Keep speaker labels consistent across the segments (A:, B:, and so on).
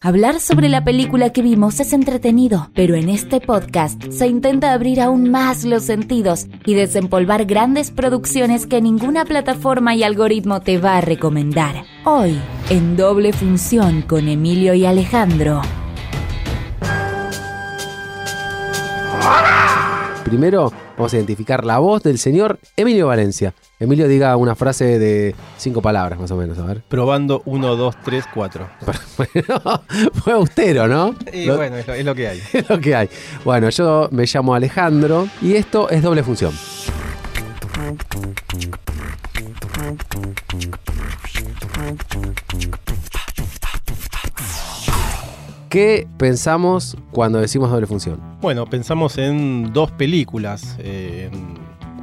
A: Hablar sobre la película que vimos es entretenido, pero en este podcast se intenta abrir aún más los sentidos y desempolvar grandes producciones que ninguna plataforma y algoritmo te va a recomendar. Hoy, en doble función con Emilio y Alejandro.
B: Primero vamos a identificar la voz del señor Emilio Valencia. Emilio diga una frase de cinco palabras más o menos, a ver.
C: Probando 1, 2, 3, 4.
B: Bueno, fue austero, ¿no?
C: Y
B: Lo-
C: bueno, es lo, es lo que hay.
B: es lo que hay. Bueno, yo me llamo Alejandro y esto es doble función. ¿Qué pensamos cuando decimos doble función?
C: Bueno, pensamos en dos películas. eh, en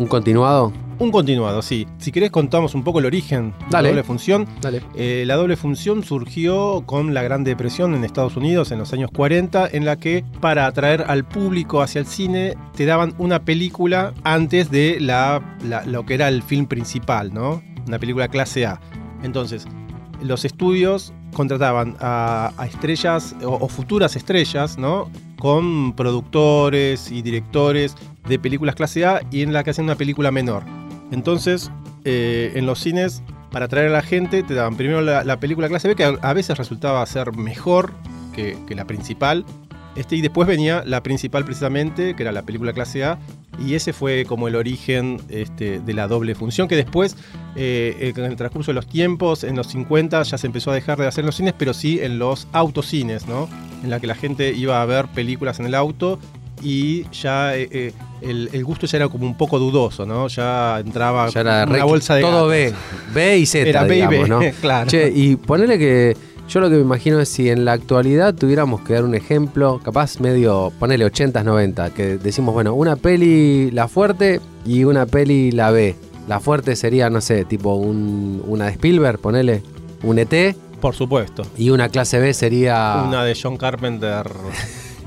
B: ¿Un continuado?
C: un continuado, sí. Si querés contamos un poco el origen de
B: Dale.
C: la doble función.
B: Dale.
C: Eh, la doble función surgió con la Gran Depresión en Estados Unidos en los años 40, en la que para atraer al público hacia el cine te daban una película antes de la, la- lo que era el film principal, ¿no? Una película clase A. Entonces, los estudios contrataban a, a estrellas o, o futuras estrellas, ¿no? Con productores y directores de películas clase A y en la que hacían una película menor. Entonces, eh, en los cines, para atraer a la gente, te daban primero la, la película clase B, que a, a veces resultaba ser mejor que, que la principal. Este, y después venía la principal precisamente, que era la película clase A, y ese fue como el origen este, de la doble función, que después, eh, en el transcurso de los tiempos, en los 50 ya se empezó a dejar de hacer en los cines, pero sí en los autocines, ¿no? En la que la gente iba a ver películas en el auto y ya eh, eh, el, el gusto ya era como un poco dudoso, ¿no? Ya entraba
B: Ya era
C: Ah, una
B: re-
C: bolsa de
B: Todo
C: gatos.
B: B. B y Z,
C: Era B y
B: digamos,
C: B,
B: ¿no?
C: claro.
B: Che, y ponele que yo lo que me imagino es si en la actualidad tuviéramos que dar un ejemplo, capaz medio, ponele 80s, 90, que decimos, bueno, una peli la fuerte y una peli la B. La fuerte sería, no sé, tipo un, una de Spielberg, ponele, un ET,
C: Por supuesto.
B: y una clase B sería
C: Una de John Carpenter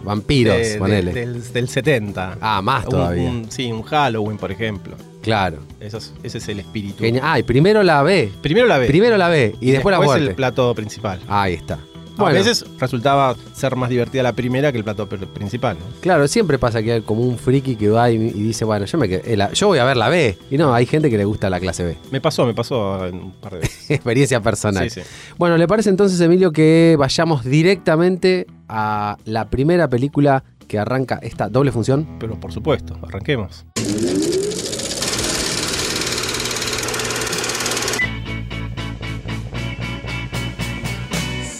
B: vampiros,
C: de- de-
B: ponele.
C: del, del 70.
B: ah, más
C: Un-
B: todavía.
C: un- sí, un Halloween, por ejemplo.
B: claro.
C: Eso es- ese es el espíritu.
B: Genial. Ah, y primero la B.
C: Primero la B.
B: Primero la B y, después, la
C: el
B: fuerte.
C: plato principal.
B: Ahí está.
C: A veces resultaba ser más divertida la primera que el plato pr- principal. ¿no?
B: Claro, siempre pasa que hay como un friki que va y, y dice, bueno, yo me qued- eh, la- yo voy a ver la B. Y no, hay gente que le gusta la clase B.
C: Me pasó, me pasó en un par de veces.
B: Experiencia personal.
C: sí, sí.
B: Bueno, ¿le parece entonces, Emilio, que vayamos directamente a la primera película que arranca esta doble función?
C: Pero por supuesto, arranquemos.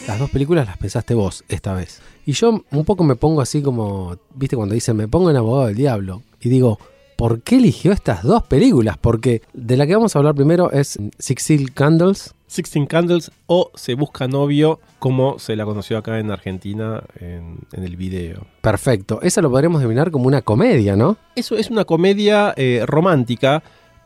B: Las dos películas las pensaste vos esta vez. Y yo un poco me pongo así como, viste, cuando dicen, me pongo en abogado del diablo. Y digo, ¿por qué eligió estas dos películas? Porque de la que vamos a hablar primero es Sixteen Candles.
C: Sixteen Candles o Se Busca Novio, como se la conoció acá en Argentina en- en el video.
B: Perfecto. Esa lo podríamos denominar como una comedia, ¿no?
C: Eso es una comedia eh, romántica,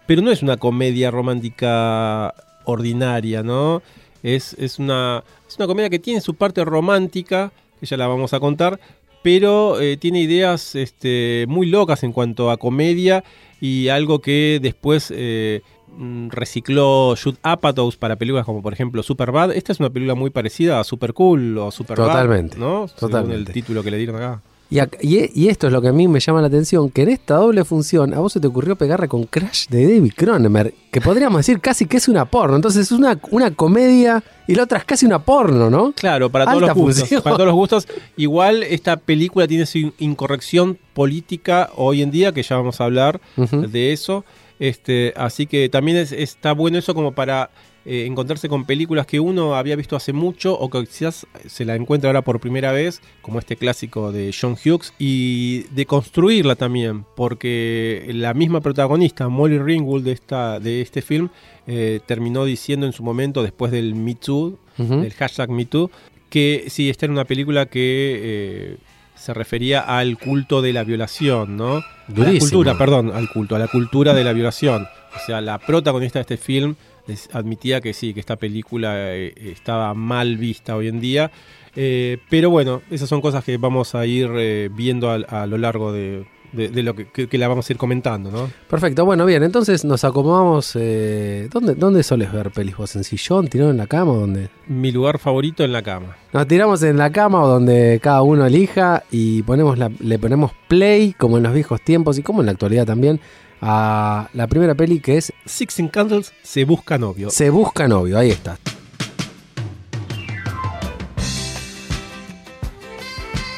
C: pero no es una comedia romántica ordinaria, ¿no? Es, es una, es una comedia que tiene su parte romántica, que ya la vamos a contar, pero eh, tiene ideas este, muy locas en cuanto a comedia y algo que después eh, mm, recicló Judd Apatow para películas como por ejemplo Superbad. Esta es una película muy parecida a Super Cool o Superbad,
B: Totalmente,
C: ¿no? Según el
B: totalmente.
C: título que le dieron acá.
B: Y, ac- y- y esto es lo que a mí me llama la atención, que en esta doble función a vos se te ocurrió pegarla con Crash de David Cronenberg, que podríamos decir casi que es una porno. Entonces es una, una comedia y la otra es casi una porno, ¿no?
C: Claro, para todos
B: Alta
C: los gustos.
B: función.
C: Para todos los gustos. Igual esta película tiene su incorrección política hoy en día, que ya vamos a hablar
B: Ujú.
C: de eso. Este, así que también es- está bueno eso como para eh, encontrarse con películas que uno había visto hace mucho o que quizás eh, se la encuentra ahora por primera vez, como este clásico de John Hughes, y de construirla también, porque la misma protagonista, Molly Ringwald, de, esta, de este film, eh, terminó diciendo en su momento, después del Me Too,
B: Ujú.
C: el hashtag MeToo, que sí, esta era una película que eh, se refería al culto de la violación, ¿no? A la
B: Durísimo.
C: cultura, perdón, al culto, a la cultura de la violación. O sea, la protagonista de este film es- admitía que sí, que esta película eh, estaba mal vista hoy en día. Eh, pero bueno, esas son cosas que vamos a ir eh, viendo al- a, lo largo de, de, de lo que, que- que la vamos a ir comentando, ¿no?
B: Perfecto, bueno, bien, entonces nos acomodamos. eh, ¿dónde, ¿Dónde soles ver pelis vos? ¿En sillón? ¿Tirado en la cama? ¿Dónde?
C: Mi lugar favorito en la cama.
B: Nos tiramos en la cama o donde cada uno elija y ponemos la- le ponemos play, como en los viejos tiempos y como en la actualidad también, a la primera peli que es
C: Sixteen Candles se busca novio.
B: Se Busca Novio. Ahí está.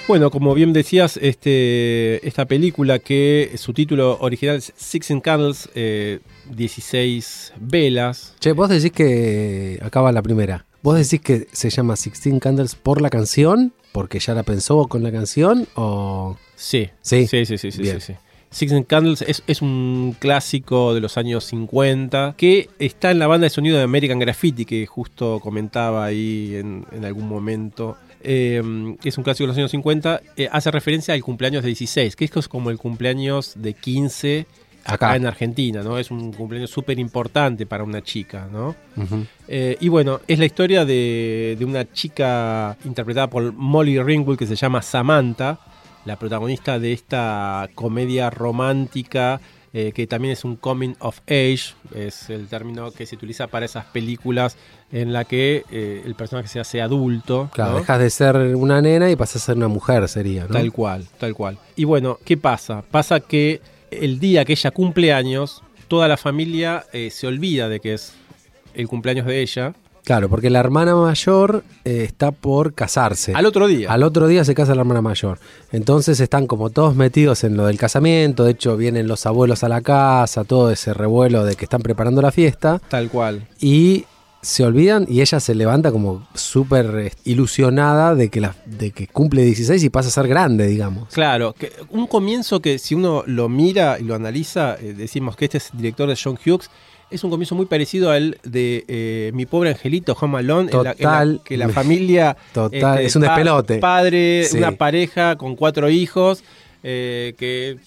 C: Bueno, como bien decías, este, esta película que su título original es Sixteen Candles, eh, 16 velas.
B: Che, vos decís que acaba la primera. Vos decís que se llama Sixteen Candles por la canción, porque ya la pensó con la canción, o...
C: Sí,
B: Sí,
C: sí, sí, sí, sí,
B: bien.
C: sí, sí. Sixteen Candles es, es un clásico de los años 50 que está en la banda de sonido de American Graffiti que justo comentaba ahí en, en algún momento. Eh, es un clásico de los años 50. eh, hace referencia al cumpleaños de 16, que esto es como el cumpleaños de 15 acá,
B: Acá.
C: en Argentina, ¿no? Es un cumpleaños súper importante para una chica, ¿no?
B: Ujú.
C: Eh, y bueno, es la historia de, de una chica interpretada por Molly Ringwald que se llama Samantha, la protagonista de esta comedia romántica eh, que también es un coming of age, es el término que se utiliza para esas películas en la que eh, el personaje se hace adulto.
B: Claro,
C: ¿no?
B: dejas de ser una nena y pasás a ser una mujer, sería, ¿no?
C: Tal cual, tal cual. Y bueno, ¿qué pasa? Pasa que el día que ella cumple años, toda la familia eh, se olvida de que es el cumpleaños de ella.
B: Claro, porque la hermana mayor eh, está por casarse.
C: Al otro día.
B: Al otro día se casa la hermana mayor. Entonces están como todos metidos en lo del casamiento. De hecho, vienen los abuelos a la casa, todo ese revuelo de que están preparando la fiesta.
C: Tal cual.
B: Y se olvidan y ella se levanta como súper eh, ilusionada de que, la- de que cumple 16 y pasa a ser grande, digamos.
C: Claro, que un comienzo que si uno lo mira y lo analiza, eh, decimos que este es director de John Hughes, es un comienzo muy parecido al de eh, Mi pobre angelito, Home Alone, en la- en la,
B: Total.
C: que la familia...
B: Total,
C: este,
B: es un
C: pa-
B: despelote.
C: padre,
B: Sí.
C: una pareja con cuatro hijos eh, que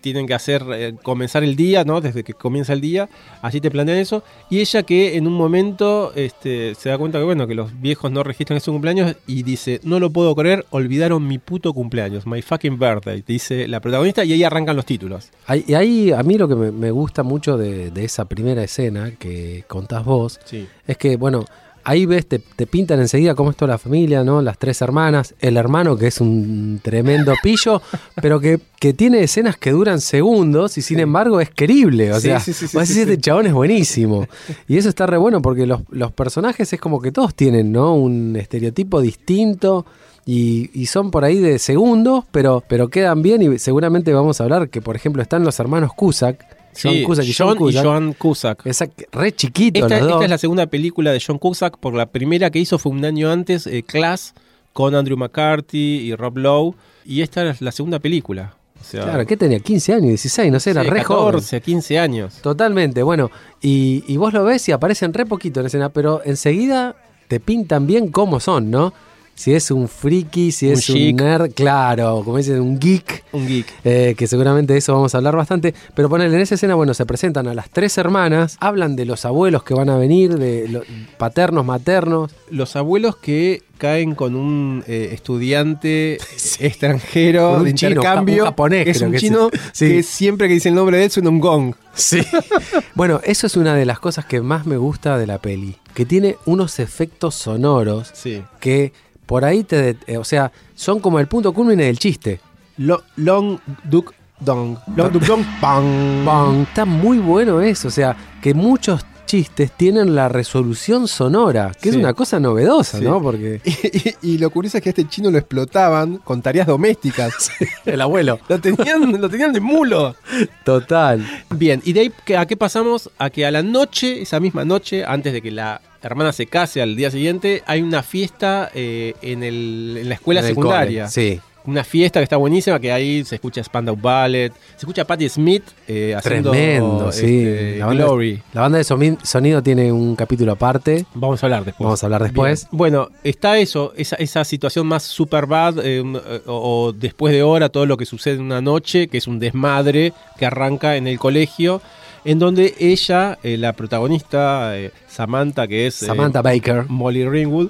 C: tienen que hacer eh, comenzar el día, ¿no? Desde que comienza el día, así te plantean eso. Y ella que en un momento este, se da cuenta que bueno, que los viejos no registran su cumpleaños y dice, no lo puedo creer, olvidaron mi puto cumpleaños, my fucking birthday, dice la protagonista y ahí arrancan los títulos.
B: Ahí- Y ahí a mí lo que me, me gusta mucho de, de esa primera escena que contás vos
C: Sí.
B: es que, bueno, ahí ves, te, te pintan enseguida cómo es toda la familia, ¿no? Las tres hermanas, el hermano que es un tremendo pillo, pero que, que tiene escenas que duran segundos y sin embargo es querible. O
C: Sí,
B: sea,
C: sí, sí, sí,
B: vos decís,
C: sí, sí.
B: este chabón es buenísimo. Y eso está re bueno porque los, los personajes es como que todos tienen, ¿no? Un estereotipo distinto. Y, y son por ahí de segundos, pero, pero quedan bien y seguramente vamos a hablar que, por ejemplo, están los hermanos Cusack, John
C: Sí,
B: Cusack y John,
C: John y
B: Cusack.
C: Joan Cusack.
B: Exacto, re chiquitos
C: Esta,
B: los dos.
C: esta es la segunda película de John Cusack, porque la primera que hizo fue un año antes, eh, Class, con Andrew McCarthy y Rob Lowe. Y esta es la segunda película. O sea,
B: Claro, ¿qué tenía? 15 años, 16, no sé, era
C: sí,
B: re joven.
C: 14, 15 años.
B: Totalmente, bueno, y, y vos lo ves y aparecen re poquito en la escena, pero enseguida te pintan bien cómo son, ¿no? Si es un friki, si
C: Un
B: es un
C: geek.
B: nerd, claro, como dicen, un geek,
C: Un geek.
B: eh, que seguramente de eso vamos a hablar bastante. Pero ponele, en esa escena, bueno, se presentan a las tres hermanas, hablan de los abuelos que van a venir, de los paternos, maternos.
C: Los abuelos que caen con un eh, estudiante extranjero
B: Con un
C: de
B: chino,
C: intercambio.
B: un japonés,
C: es
B: creo
C: un
B: que es.
C: chino
B: Sí.
C: que siempre que dice el nombre de él suena un gong.
B: Sí. bueno, eso es una de las cosas que más me gusta de la peli, que tiene unos efectos sonoros
C: Sí.
B: que por ahí te. det- eh, o sea, son como el punto culmine del chiste.
C: Lo- long Duk Dong. Long Duk Dong. Bang.
B: Bang, Está muy bueno eso. O sea, que muchos chistes tienen la resolución sonora, que es
C: Sí.
B: una cosa novedosa,
C: Sí.
B: ¿no? Porque.
C: Y, y- y lo curioso es que a este chino lo explotaban con tareas domésticas.
B: El abuelo.
C: Lo tenían, lo tenían de mulo.
B: Total.
C: Bien, y de ahí que- a qué pasamos? A que a la noche, esa misma noche, antes de que la hermana se case al día siguiente, hay una fiesta eh, en, el- en la escuela
B: En el
C: secundaria.
B: cole, Sí.
C: Una fiesta que está buenísima, que ahí se escucha Spandau Ballet, se escucha Patti Smith eh, haciendo
B: Tremendo, sí.
C: este,
B: La banda-
C: Glory.
B: La banda de somi- sonido tiene un capítulo aparte.
C: Vamos a hablar después.
B: Vamos a hablar después.
C: Bien. Bueno, está eso, esa, esa situación más super bad eh, un- eh, o, o después de hora, todo lo que sucede en una noche, que es un desmadre que arranca en el colegio, en donde ella, eh, la protagonista, eh, Samantha, que es eh,
B: Samantha Baker.
C: Molly Ringwood,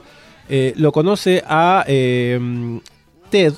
C: eh, lo conoce a eh, Ted,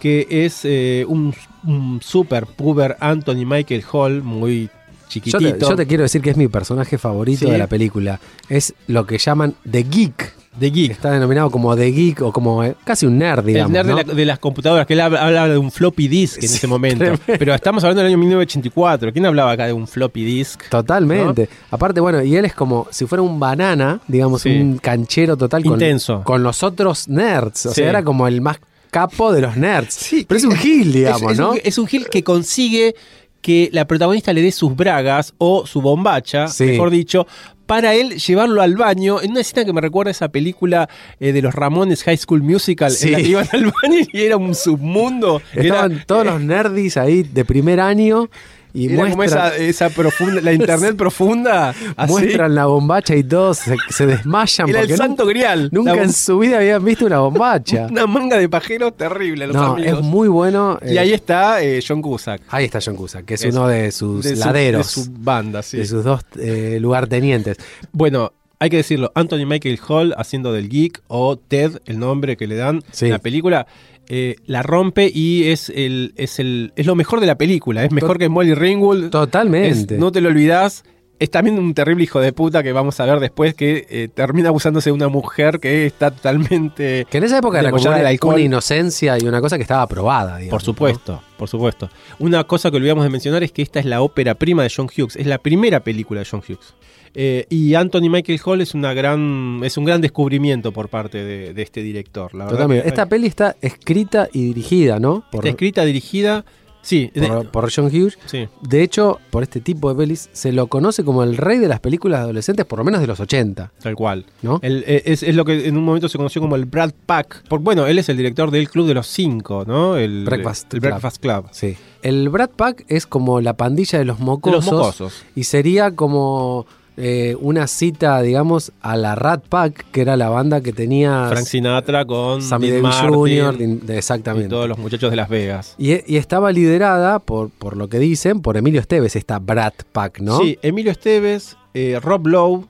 C: que es eh, un un super puber Anthony Michael Hall, muy
B: Yo
C: chiquitito.
B: te, yo te quiero decir que es mi personaje favorito
C: Sí.
B: de la película. Es lo que llaman The Geek.
C: de geek.
B: Está denominado como The Geek o como eh, casi un nerd, digamos.
C: el nerd
B: ¿no?
C: de, la- de las computadoras, que él habla, habla de un floppy disk en
B: Sí,
C: ese momento.
B: tremendo.
C: Pero estamos hablando del año 1984. ¿Quién hablaba acá de un floppy disk?
B: Totalmente. Aparte, bueno, y él es como si fuera un banana, digamos,
C: Sí.
B: un canchero total con,
C: Intenso.
B: con los otros nerds. O
C: Sí.
B: sea, era como el más capo de los nerds.
C: Sí,
B: Pero es un gil, digamos,
C: es, es
B: ¿no?
C: Un, es un Gil que consigue que la protagonista le dé sus bragas o su bombacha,
B: Sí.
C: mejor dicho, para él llevarlo al baño. En una escena que me recuerda a esa película eh, de los Ramones High School Musical,
B: Sí.
C: en la que iban al baño y era un submundo.
B: Estaban
C: era eh,
B: todos los nerdis ahí de primer año y
C: era como
B: muestran,
C: esa, esa profunda, la internet profunda. así.
B: muestran la bombacha y todos se, se desmayan
C: Era
B: porque
C: el santo grial.
B: nun- nunca
C: La-
B: en su vida habían visto una bombacha.
C: una manga de pajeros terrible, los
B: no,
C: amigos.
B: es muy bueno.
C: y
B: eh,
C: ahí está eh, John Cusack.
B: ahí está John Cusack, que es,
C: Es-
B: uno de sus
C: de su-
B: laderos,
C: de su banda, sí.
B: de sus dos eh, lugartenientes.
C: Bueno, hay que decirlo, Anthony Michael Hall haciendo del geek o Ted, el nombre que le dan
B: Sí.
C: en la película, eh, la rompe y es el, es el es lo mejor de la película, es mejor que Molly Ringwald. Es-
B: Totalmente.
C: no te lo olvidás. Es también un terrible hijo de puta que vamos a ver después que eh, termina abusándose de una mujer que está totalmente
B: Que en esa época era como una,
C: Demollada el alcohol.
B: una inocencia y una cosa que estaba aprobada, digamos.
C: Por supuesto, por supuesto. Una cosa que olvidamos de mencionar es que esta es la ópera prima de John Hughes, es la primera película de John Hughes. Eh, y Anthony Michael Hall es una gran, es un gran descubrimiento por parte de, de este director. La
B: ¿no?
C: verdad
B: Totalmente.
C: que-
B: Esta
C: está
B: peli está escrita y dirigida, ¿no? Por,
C: escrita, dirigida, sí, de-
B: por- por John Hughes.
C: sí,
B: De hecho, por este tipo de pelis se lo conoce como el rey de las películas adolescentes, por lo menos de los 80,
C: tal cual.
B: ¿no?
C: El- eh, es, es lo que en un momento se conoció como el Brad Pack. Por, bueno, él es el director del Club de los Cinco, ¿no? El
B: Breakfast
C: el
B: Club.
C: Breakfast Club.
B: Sí. El Brad Pack es como la pandilla de los
C: De
B: mocosos,
C: los mocosos.
B: y sería como eh, una cita, digamos, a la Rat Pack, que era la banda que tenía
C: Frank Sinatra con
B: Sammy
C: Dean
B: Davis
C: Martin
B: Jr. Din-
C: y
B: Exactamente.
C: todos los muchachos de Las Vegas.
B: Y, y estaba liderada, por, por lo que dicen, por Emilio Esteves, esta Brat Pack, ¿no?
C: Sí, Emilio Esteves, eh, Rob Lowe,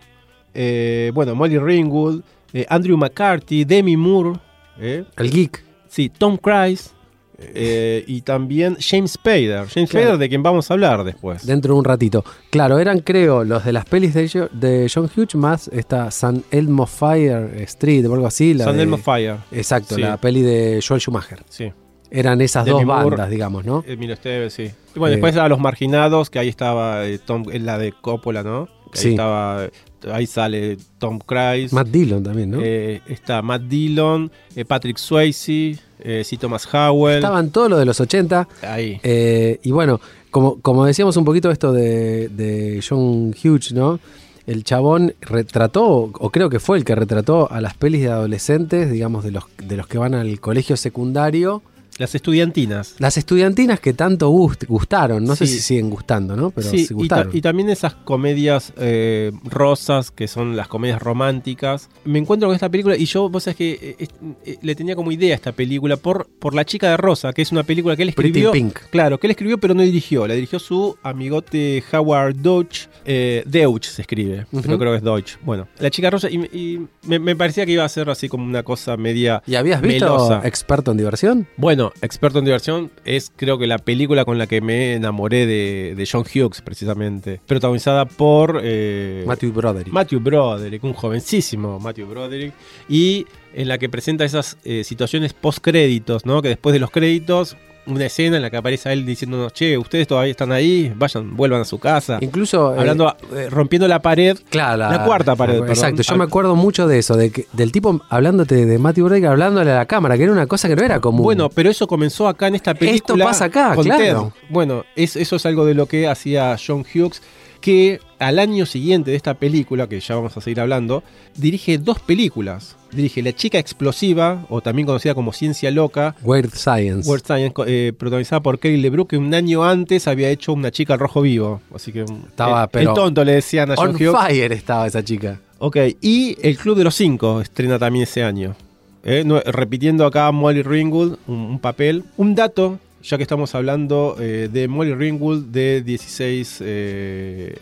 C: eh, bueno, Molly Ringwood, Andrew McCarthy, Demi Moore, eh,
B: El geek.
C: sí, Tom Cruise eh, y también James Spader.
B: Claro.
C: James Spader de quien vamos a hablar después.
B: Dentro de un ratito. Claro, eran, creo, los de las pelis de, Jo- de John Hughes más esta San Elmo Fire Street o algo así. La
C: San
B: de-
C: Elmo Fire,
B: Exacto,
C: Sí.
B: la peli de Joel Schumacher.
C: sí.
B: Eran esas
C: Demi
B: dos
C: Moore. Eh,
B: bandas, digamos, ¿no?
C: Emilio Esteves, sí. Y bueno,
B: Eh.
C: después a Los Marginados, que ahí estaba eh, Tom, en la de Coppola, ¿no? Que
B: Sí.
C: Ahí, estaba, eh, ahí sale Tom Cruise.
B: Matt Dillon también, ¿no?
C: eh, está Matt Dillon, eh, Patrick Swayze, eh, sí, Thomas Howell.
B: Estaban todos los de los 80.
C: ahí.
B: Eh, y bueno, como, como decíamos un poquito esto de, de John Hughes, ¿no? El chabón retrató, o creo que fue el que retrató a las pelis de adolescentes, digamos, de los, de los que van al colegio secundario.
C: Las estudiantinas.
B: Las estudiantinas que tanto gust- gustaron, no sé
C: Sí.
B: si siguen gustando, ¿no? Pero
C: sí,
B: sí,
C: y, ta-
B: gustaron.
C: y también esas comedias eh, rosas, que son las comedias románticas. Me encuentro con esta película y yo, vos sabés que eh, es- eh, le tenía como idea a esta película por, por La chica de rosa, que es una película que él
B: Pretty
C: escribió.
B: Pink.
C: Claro, que él escribió pero no dirigió. La dirigió su amigote Howard Deutsch. Eh, Deutsch se escribe,
B: Ujú.
C: pero creo que es Deutsch. Bueno, La chica rosa, y, y me, me parecía que iba a ser así como una cosa media...
B: ¿Y habías visto
C: Melosa.
B: Experto en Diversión?
C: Bueno, Experto en Diversión es creo que la película con la que me enamoré de, de John Hughes, precisamente. Protagonizada por eh,
B: Matthew Broderick.
C: Matthew Broderick, un jovencísimo Matthew Broderick. Y en la que presenta esas eh, situaciones post-créditos, ¿no? Que después de los créditos, una escena en la que aparece él diciéndonos, che, ustedes todavía están ahí, vayan, vuelvan a su casa.
B: Incluso... eh,
C: Hablando, a- eh, rompiendo la pared.
B: Claro,
C: La cuarta pared, perdón.
B: Exacto, yo
C: Al-
B: me acuerdo mucho de eso, de que, del tipo hablándote de Matthew Broderick, hablándole a la cámara, que era una cosa que no era común.
C: Bueno, pero eso comenzó acá en esta película.
B: pasa acá,
C: con
B: claro.
C: Ted. Bueno, es- eso es algo de lo que hacía John Hughes, que al año siguiente de esta película, que ya vamos a seguir hablando, dirige dos películas. Dirige La chica explosiva, o también conocida como Ciencia Loca,
B: Weird Science.
C: World Science, co- eh, protagonizada por Kelly LeBroux, que un año antes había hecho Una chica al rojo vivo. Así que un-
B: Estaba,
C: el,
B: pero-
C: el tonto le decían a John
B: On
C: Hughes.
B: fire estaba esa chica.
C: Ok, y El Club de los Cinco estrena también ese año. Eh, no- repitiendo acá Molly Ringwald, un, un papel. Un dato, ya que estamos hablando eh, de Molly Ringwald de 16 eh,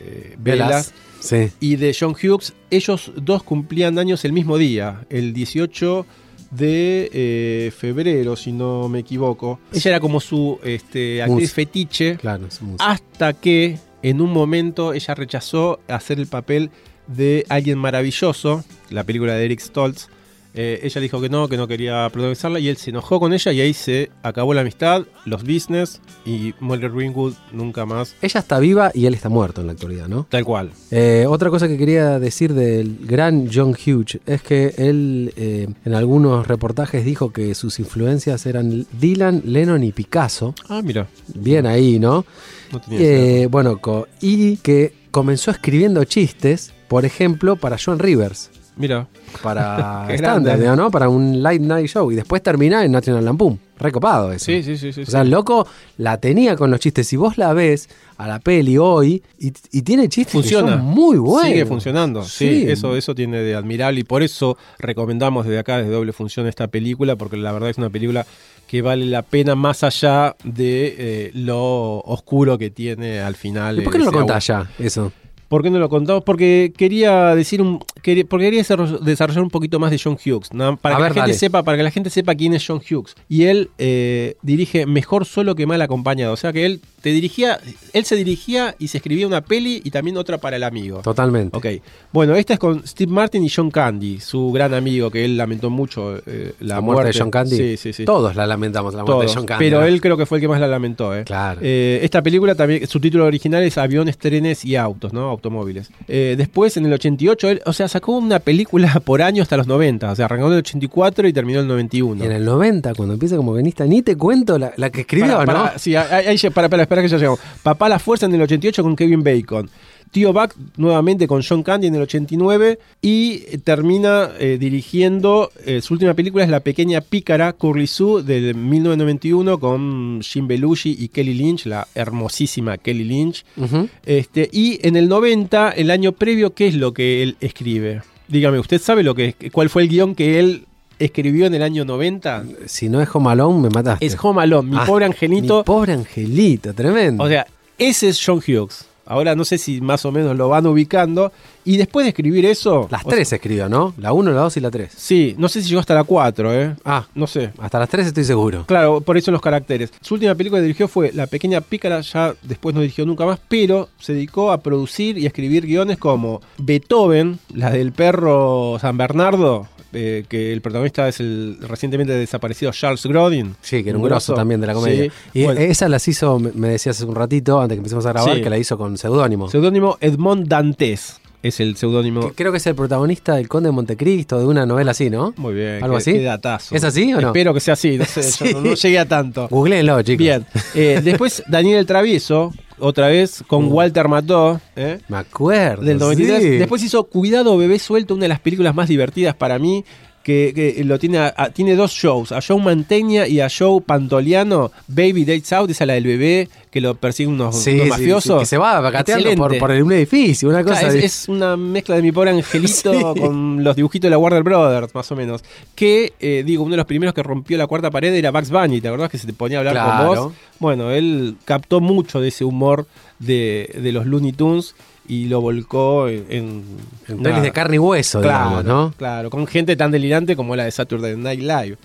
C: eh, velas
B: Sí.
C: y de John Hughes, ellos dos cumplían años el mismo día, el 18 de eh, febrero, si no me equivoco. Ella era como su este, actriz
B: Musa.
C: fetiche.
B: Claro, es un-
C: Hasta que en un momento ella rechazó hacer el papel de Alguien Maravilloso, la película de Eric Stoltz. Eh, ella dijo que no, que no quería protagonizarla y él se enojó con ella y ahí se acabó la amistad, los business y Molly Ringwood nunca más.
B: Ella está viva y él está muerto en la actualidad, ¿no?
C: Tal cual.
B: Eh, otra cosa que quería decir del gran John Hughes es que él eh, en algunos reportajes dijo que sus influencias eran Dylan, Lennon y Picasso.
C: Ah, mira,
B: Bien ahí, ¿no?
C: no tenía idea.
B: Eh, bueno, co- y que comenzó escribiendo chistes, por ejemplo, para John Rivers,
C: Mira,
B: para
C: Qué
B: Standard,
C: grande.
B: ¿no? Para un Light Night Show. Y después termina en National Lampoon. Recopado eso.
C: sí, sí, sí, sí.
B: O sea, el loco la tenía con los chistes. Si vos la ves a la peli hoy y, y tiene chistes que
C: Funciona.
B: son muy buenos.
C: Sigue funcionando, sí,
B: Sí.
C: eso, eso tiene de admirable y por eso recomendamos desde acá, desde Doble Función, esta película, porque la verdad es una película que vale la pena más allá de eh, lo oscuro que tiene al final.
B: ¿Y por qué no lo
C: ese
B: contás ya eso?
C: agua- ¿Por qué no lo contamos? Porque quería decir un, quería- porque quería desarroll- desarrollar un poquito más de John Hughes, ¿no? para
B: A
C: que
B: ver,
C: la gente
B: dale.
C: sepa, para que la gente sepa quién es John Hughes. Y él eh, dirige mejor solo que mal acompañado, o sea que él te dirigía, él se dirigía y se escribía una peli y también otra para el amigo.
B: Totalmente.
C: Ok, bueno, esta es con Steve Martin y John Candy, su gran amigo, que él lamentó mucho eh, la,
B: La muerte de John Candy.
C: Sí, sí, sí.
B: Todos la lamentamos, la muerte
C: Todos.
B: de John Candy.
C: Pero
B: ¿no?
C: él creo que fue el que más la lamentó. ¿eh?
B: Claro.
C: Eh, esta película también, su título original es Aviones, Trenes y Autos, ¿no? Automóviles. Eh, después, en el 88, él, o sea, sacó una película por año hasta los 90. O sea, arrancó en el 84 y terminó en el 91.
B: Y en el 90, cuando empieza como guionista, ni te cuento la, la que escribió,
C: Para,
B: ¿no?
C: para, Sí, ahí- ahí ya- para, para, espera que ya llegamos. Papá La Fuerza en el 88 con Kevin Bacon. Tío Buck nuevamente con John Candy en el 89 y eh, termina eh, dirigiendo, eh, su última película es La Pequeña Pícara, Curly Sue, del 1991 con Jim Belushi y Kelly Lynch, la hermosísima Kelly Lynch.
B: Ujú.
C: Este, y en el 90, el año previo, ¿qué es lo que él escribe? Dígame, ¿usted sabe lo que, cuál fue el guión que él escribió en el año 90?
B: Si no es Home Alone, me mataste.
C: Es Home Alone, mi
B: Ah,
C: pobre angelito.
B: Mi pobre angelito, tremendo.
C: O sea, ese es John Hughes. Ahora no sé si más o menos lo van ubicando. Y después de escribir eso.
B: las
C: o
B: tres escribió, ¿no? La 1, la 2 y la 3.
C: sea, sí, no sé si llegó hasta la 4, ¿eh?
B: Ah,
C: No sé.
B: hasta las 3 estoy seguro.
C: Claro, por eso los caracteres. Su última película que dirigió fue La Pequeña Pícara, ya después no dirigió nunca más, pero se dedicó a producir y a escribir guiones como Beethoven, la del perro San Bernardo, eh, que el protagonista es el recientemente desaparecido Charles Grodin.
B: Sí, que era un grosso también de la comedia.
C: Sí.
B: Y
C: Bueno.
B: esas las hizo, me- me decías hace un ratito, antes que empecemos a grabar,
C: Sí.
B: que la hizo con seudónimo.
C: Seudónimo Edmond Dantes es el seudónimo.
B: Que Creo que es el protagonista del Conde de Montecristo, de una novela así, ¿no?
C: Muy bien.
B: ¿Algo
C: qué-
B: así?
C: qué datazo.
B: ¿Es así o no?
C: Espero que sea así. No, sé, yo
B: Sí.
C: no- no llegué a tanto.
B: Googleenlo, chicos.
C: Bien. Eh, después, Daniel el Travieso, otra vez, con Walter Mató, ¿eh?
B: Me acuerdo.
C: del 93.
B: Uh. sí.
C: Después hizo Cuidado Bebé Suelto, una de las películas más divertidas para mí. Que, que lo tiene a- a- tiene dos shows, a Joe Mantegna y a Joe Pantoliano, Baby Dates Out, esa la del bebé, que lo persiguen unos,
B: Sí,
C: unos
B: sí,
C: mafiosos.
B: sí, que se va vacateando
C: Excelente.
B: por, por un edificio, una cosa.
C: Claro,
B: de-
C: es, es una mezcla de mi pobre angelito
B: Sí.
C: con los dibujitos de la Warner Brothers, más o menos. Que, eh, digo, uno de los primeros que rompió la cuarta pared era Bugs Bunny, ¿te acordás que se te ponía a hablar con
B: Claro.
C: vos? Bueno, él captó mucho de ese humor de, de los Looney Tunes y lo volcó en... en-
B: en
C: nada.
B: pelis de carne y hueso,
C: Claro,
B: digamos, ¿no?
C: claro, con gente tan delirante como la de Saturday Night Live.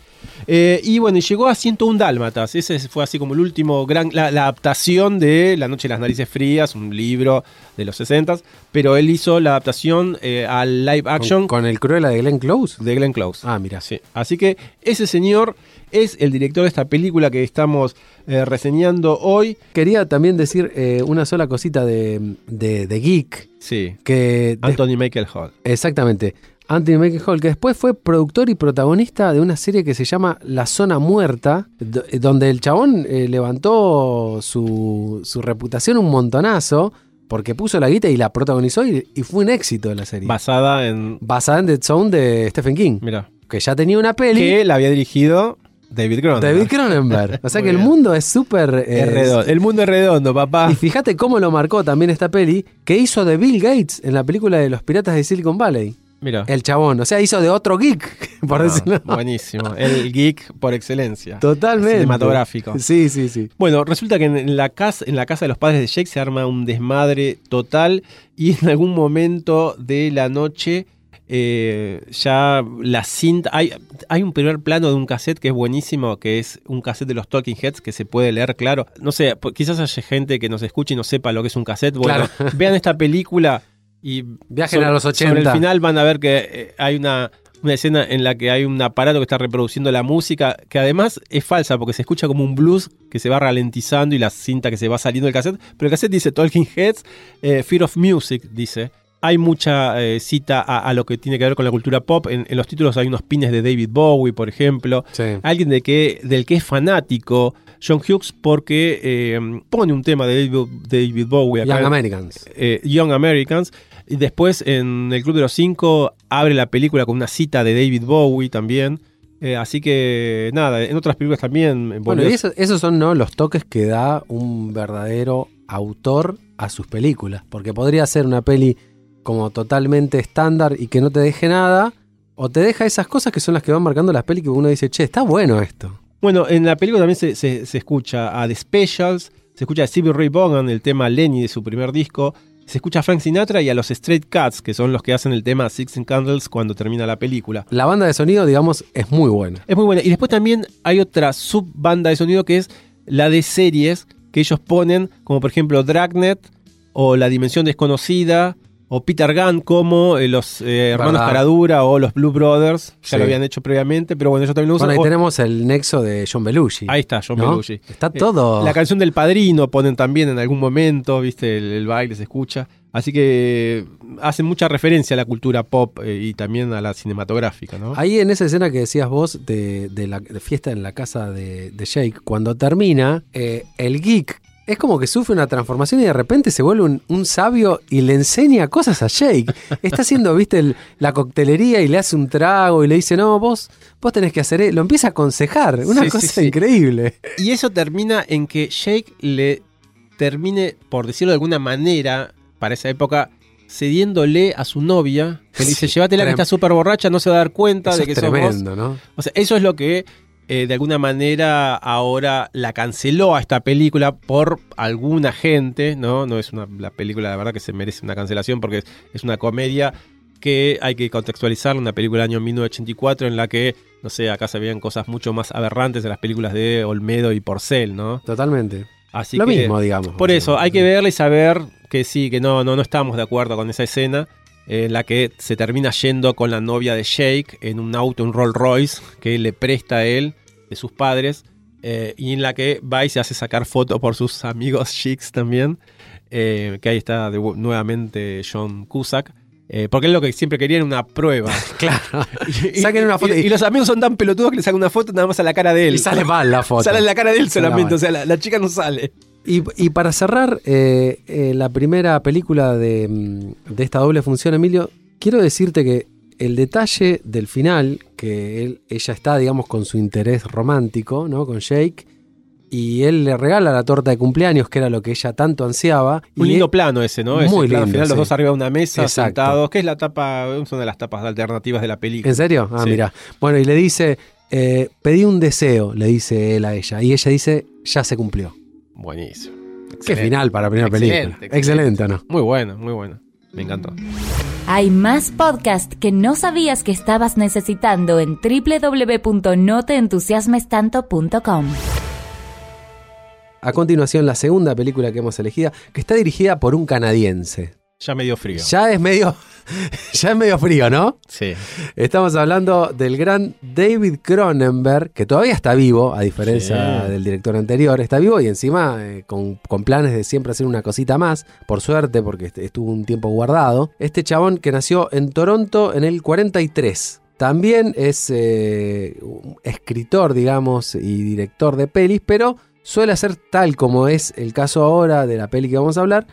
C: Eh, y bueno, y llegó a 101 Dálmatas. Ese fue así como el último gran. La, la adaptación de La Noche de las Narices Frías, un libro de los 60 Pero él hizo la adaptación eh, al live
B: Con-
C: action
B: Con, el Cruella de Glenn Close.
C: de Glenn Close.
B: Ah, mira.
C: Sí. Así que ese señor es el director de esta película que estamos eh, reseñando hoy.
B: Quería también decir eh, una sola cosita de, de, de Geek.
C: Sí,
B: Que des-
C: Anthony Michael Hall.
B: Exactamente. Anthony Michael Hall, que después fue productor y protagonista de una serie que se llama La Zona Muerta, do- eh, donde el chabón eh, levantó su, su reputación un montonazo porque puso la guita y la protagonizó y, y fue un éxito la serie.
C: Basada en.
B: Basada en Dead Zone de Stephen King,
C: Mira.
B: que ya tenía una peli.
C: Que la había dirigido David Cronenberg.
B: David Cronenberg. O sea
C: Muy
B: que el
C: bien.
B: mundo es súper... eh,
C: Es redondo. El mundo es redondo, papá.
B: y fíjate cómo lo marcó también esta peli, que hizo de Bill Gates en la película de los piratas de Silicon Valley.
C: Mira.
B: El chabón, o sea, hizo de otro geek, por
C: Ah,
B: decirlo.
C: Buenísimo. El geek por excelencia.
B: Totalmente.
C: Cinematográfico.
B: Sí, sí, sí.
C: Bueno, resulta que en la, casa, en la casa de los padres de Jake se arma un desmadre total y en algún momento de la noche eh, ya la cinta. Hay, hay un primer plano de un cassette que es buenísimo, que es un cassette de los Talking Heads que se puede leer, claro. No sé, po- quizás haya gente que nos escuche y no sepa lo que es un cassette. Bueno, vean esta película y.
B: Viajen
C: sobre-
B: a los
C: Sobre el
B: 80.
C: final van a ver que eh, hay una. Una escena en la que hay un aparato que está reproduciendo la música, que además es falsa, porque se escucha como un blues que se va ralentizando y la cinta que se va saliendo del cassette. Pero el cassette dice Talking Heads, eh, Fear of Music, dice. Hay mucha eh, cita a, a lo que tiene que ver con la cultura pop. En, en los títulos hay unos pines de David Bowie, por ejemplo.
B: Sí.
C: Alguien de que, del que es fanático, John Hughes, porque eh, pone un tema de David, David Bowie acá.
B: Young Americans.
C: eh, Young Americans. Y después en el Club de los Cinco abre la película con una cita de David Bowie también. Eh, así que nada, en otras películas también. eh,
B: Bueno,
C: volvió-
B: y eso- esos son ¿no? los toques que da un verdadero autor a sus películas. Porque podría ser una peli como totalmente estándar y que no te deje nada. O te deja esas cosas que son las que van marcando las pelis que uno dice, che, está bueno esto.
C: Bueno, en la película también se, se- se escucha a The Specials, se escucha a Stevie Ray Vaughan, el tema Lenny de su primer disco, se escucha a Frank Sinatra y a los Straight Cats, que son los que hacen el tema Sixteen Candles cuando termina la película.
B: La banda de sonido, digamos, es muy buena.
C: Es muy buena. Y después también hay otra subbanda de sonido que es la de series que ellos ponen, como por ejemplo Dragnet o La Dimensión Desconocida o Peter Gunn como eh, los eh, hermanos
B: ¿Verdad?
C: Caradura o los Blue Brothers, que
B: Sí.
C: lo habían hecho previamente, pero bueno, ellos también lo usan.
B: Bueno, ahí
C: O-
B: tenemos el nexo de John Belushi.
C: ahí está, John
B: ¿no? Oh.
C: Belushi.
B: Está
C: Eh,
B: todo.
C: La canción del padrino ponen también en algún momento, viste, el, el baile se escucha. Así que eh, hacen mucha referencia a la cultura pop eh, y también a la cinematográfica, ¿no?
B: Ahí en esa escena que decías vos de, de la de fiesta en la casa de, de Jake, cuando termina, eh, el geek es como que sufre una transformación y de repente se vuelve un, un sabio y le enseña cosas a Jake. Está haciendo, viste, el- la coctelería y le hace un trago y le dice, no, vos, vos tenés que hacer, e-". lo empieza a aconsejar. Una
C: Sí, sí,
B: cosa
C: sí.
B: increíble.
C: Y eso termina en que Jake le termine, por decirlo de alguna manera, para esa época, cediéndole a su novia, que le dice,
B: Sí,
C: llévatela que
B: trem-
C: está súper borracha, no se va a dar cuenta
B: Eso
C: de que
B: es
C: sos vos.
B: tremendo, ¿no?
C: O sea, eso es lo que eh, de alguna manera ahora la canceló a esta película por alguna gente, ¿no? No es una la película, la verdad, que se merece una cancelación porque es, es una comedia que hay que contextualizar, una película del año 1984 en la que, no sé, acá se veían cosas mucho más aberrantes de las películas de Olmedo y Porcel, ¿no?
B: Totalmente.
C: Así
B: lo
C: que,
B: mismo, digamos.
C: Por eso, hay que verla y saber que sí, que no, no, no estamos de acuerdo con esa escena eh, en la que se termina yendo con la novia de Jake en un auto, un Rolls Royce, que le presta a él de sus padres, eh, y en la que va y se hace sacar foto por sus amigos chicks también, eh, que ahí está de vu- nuevamente John Cusack. eh, porque él lo que siempre quería era una prueba.
B: Claro.
C: Y- y-
B: Saquen una foto
C: Y,
B: y-
C: y los amigos son tan pelotudos que le sacan una foto nada más a la cara de él.
B: Y sale mal la foto.
C: Sale la cara de él
B: Sale
C: solamente,
B: mal.
C: o sea, la- la chica no sale.
B: Y, y para cerrar eh, eh, la primera película de, mm, de esta doble función, Emilio, quiero decirte que el detalle del final, que él- ella está, digamos, con su interés romántico, ¿no? Con Jake, y él le regala la torta de cumpleaños, que era lo que ella tanto ansiaba.
C: Un
B: y
C: lindo
B: él-
C: plano ese, ¿no?
B: Muy
C: Ese plano
B: lindo,
C: final, los
B: sí.
C: dos arriba de una mesa,
B: Exacto.
C: sentados, que es la tapa, es una de las tapas alternativas de la película.
B: ¿En serio? Ah,
C: Sí.
B: mira. Bueno, y le dice, eh, pedí un deseo, le dice él a ella, y ella dice, ya se cumplió.
C: Buenísimo.
B: Qué
C: Excelente.
B: final para la primera
C: Excelente,
B: película. Excelente, ¿o ¿no?
C: Muy bueno, muy bueno. Me encantó.
A: Hay más podcast que no sabías que estabas necesitando en www.noteentusiasmestanto.com.
B: A continuación, la segunda película que hemos elegido, que está dirigida por un canadiense.
C: Ya me dio frío.
B: Ya es medio. ya es medio frío, ¿no?
C: Sí.
B: Estamos hablando del gran David Cronenberg, que todavía está vivo, a diferencia
C: Sí.
B: del director anterior. Está vivo y encima eh, con, con planes de siempre hacer una cosita más, por suerte, porque est- estuvo un tiempo guardado. Este chabón que nació en Toronto en el 43. También es eh, un escritor, digamos, y director de pelis, pero suele hacer tal como es el caso ahora de la peli que vamos a hablar,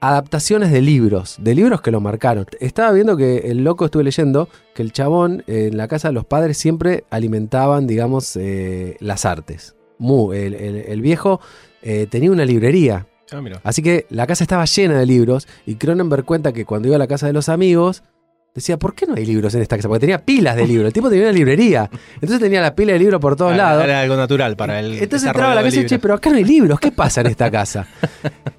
B: adaptaciones de libros, de libros que lo marcaron. Estaba viendo que el loco estuve leyendo que el chabón eh, en la casa de los padres siempre alimentaban, digamos, eh, las artes. Mu, el, el- el viejo eh, tenía una librería,
C: Ah, mira.
B: así que la casa estaba llena de libros y Cronenberg cuenta que cuando iba a la casa de los amigos Decía, ¿por qué no hay libros en esta casa? Porque tenía pilas de libros. El tipo tenía una librería. Entonces tenía la pila de libros por todos
C: Era-
B: lados.
C: Era algo natural para él.
B: Entonces entraba a la casa y che, pero acá no hay libros, ¿qué pasa en esta casa?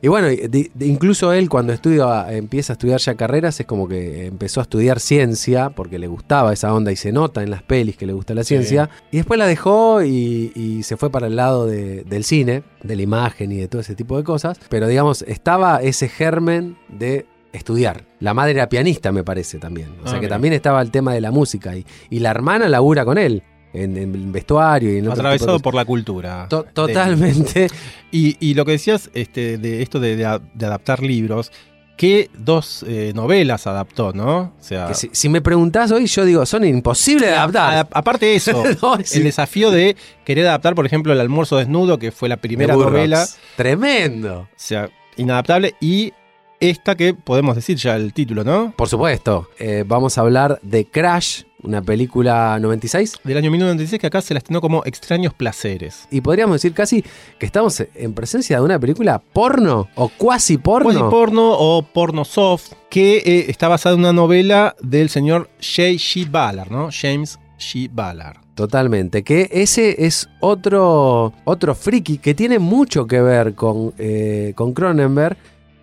B: y bueno, y de- de- incluso él cuando estudia, empieza a estudiar ya carreras, es como que empezó a estudiar ciencia, porque le gustaba esa onda y se nota en las pelis que le gusta la ciencia. Y después la dejó y, y se fue para el lado de- del cine, de la imagen y de todo ese tipo de cosas. Pero digamos, estaba ese germen de estudiar. La madre era pianista, me parece también. O
C: Ah,
B: sea que
C: mira.
B: también estaba el tema de la música y, y la hermana labura con él. En, en vestuario y en otro tipo de
C: Atravesado
B: cosas.
C: por la cultura.
B: To-
C: De-
B: totalmente.
C: Y, y lo que decías este, de esto de, de a- de adaptar libros, ¿qué dos eh, novelas adaptó, no? O sea,
B: Que si, si me preguntás hoy, yo digo, son imposibles de
C: a-
B: adaptar.
C: aparte de Ah, eso,
B: No, es
C: el desafío de querer adaptar, por ejemplo, El almuerzo desnudo, que fue la primera
B: Burroughs.
C: novela, o
B: Tremendo.
C: sea, inadaptable, y esta que podemos decir ya el título, ¿no?
B: Por supuesto. eh, vamos a hablar de Crash, una película 96.
C: Del año 1996, que acá se la estrenó como Extraños Placeres.
B: Y podríamos decir casi que estamos en presencia de una película porno o cuasi porno.
C: Quasi porno o porno soft, que eh, está basada en una novela del señor J. G. Ballard, ¿no? James G. Ballard.
B: Totalmente. Que ese es otro, otro friki que tiene mucho que ver con, eh, con Cronenberg.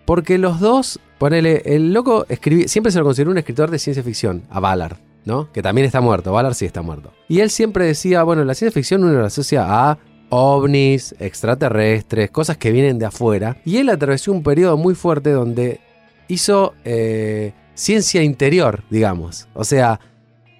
B: Porque los dos, ponele, el loco escribí, siempre se lo consideró un escritor de ciencia ficción, a Ballard, ¿no? Que también está muerto, Ballard sí está muerto. Y él siempre decía, bueno, la ciencia ficción uno la asocia a ovnis, extraterrestres, cosas que vienen de afuera. Y él atravesó un periodo muy fuerte donde hizo eh, ciencia interior, digamos. O sea,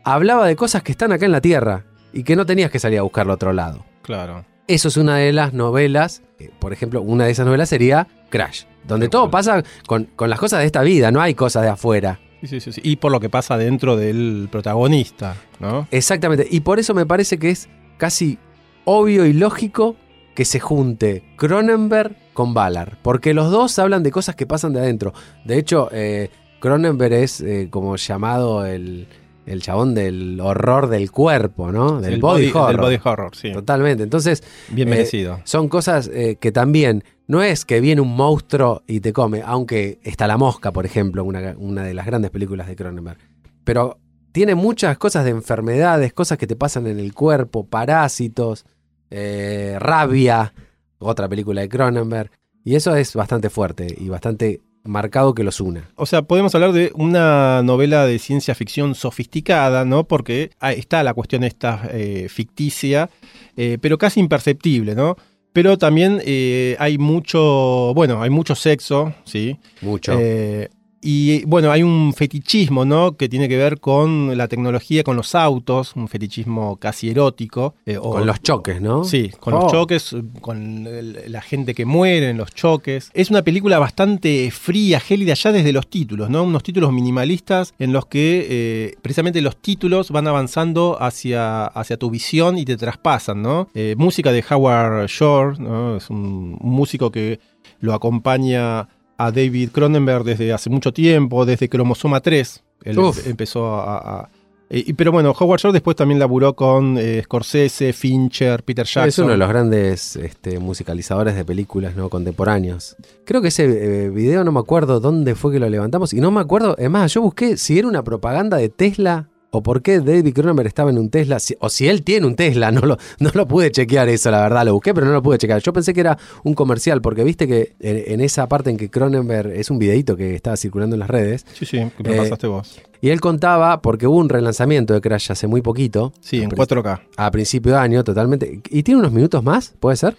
B: hablaba de cosas que están acá en la Tierra y que no tenías que salir a buscarlo a otro lado.
C: Claro.
B: Eso es una de las novelas. eh, Por ejemplo, una de esas novelas sería Crash, donde todo pasa con, con las cosas de esta vida, no hay cosas de afuera.
C: Sí, sí, sí, sí. Y por lo que pasa dentro del protagonista, ¿no?
B: Exactamente. Y por eso me parece que es casi obvio y lógico que se junte Cronenberg con Ballard. Porque los dos hablan de cosas que pasan de adentro. De hecho, eh, Cronenberg es eh, como llamado el, el chabón del horror del cuerpo, ¿no? Del
C: El
B: body, horror.
C: Del body horror, sí.
B: Totalmente. Entonces,
C: Bien
B: Eh,
C: merecido.
B: son cosas eh, que también no es que viene un monstruo y te come, aunque está La Mosca, por ejemplo, una, una de las grandes películas de Cronenberg. Pero tiene muchas cosas de enfermedades, cosas que te pasan en el cuerpo, parásitos, eh, rabia, otra película de Cronenberg. Y eso es bastante fuerte y bastante marcado que los una.
C: O sea, podemos hablar de una novela de ciencia ficción sofisticada, ¿no? Porque ah, está la cuestión esta eh, ficticia, eh, pero casi imperceptible, ¿no? Pero también eh, hay mucho, bueno, hay mucho sexo, ¿sí?
B: Mucho.
C: Eh, y bueno, hay un fetichismo, ¿no? Que tiene que ver con la tecnología, con los autos, un fetichismo casi erótico. eh, o-
B: con los choques, ¿no?
C: Sí, con
B: Oh.
C: los choques, con el- la gente que muere en los choques. Es una película bastante fría, gélida, ya desde los títulos, ¿no? Unos títulos minimalistas en los que eh, precisamente los títulos van avanzando hacia, hacia tu visión y te traspasan, ¿no? Eh, música de Howard Shore, ¿no? Es un, un músico que lo acompaña a David Cronenberg desde hace mucho tiempo, desde Cromosoma 3. Él
B: Uf.
C: em- empezó a- a eh, y- pero bueno, Howard Shore después también laburó con eh, Scorsese, Fincher, Peter Jackson.
B: Es uno de los grandes este, musicalizadores de películas ¿no? contemporáneos. Creo que ese eh, video no me acuerdo dónde fue que lo levantamos y no me acuerdo, es más, yo busqué si era una propaganda de Tesla o por qué David Cronenberg estaba en un Tesla, si- o si él tiene un Tesla, no lo, no lo pude chequear eso, la verdad, lo busqué pero no lo pude chequear. Yo pensé que era un comercial porque viste que en, en esa parte en que Cronenberg es un videito que estaba circulando en las redes
C: Sí, sí, que me
B: Eh,
C: pasaste vos.
B: y él contaba porque hubo un relanzamiento de Crash hace muy poquito.
C: Sí, en
B: Apare-
C: 4K.
B: a principio de año, totalmente. ¿Y tiene unos minutos más? ¿Puede ser?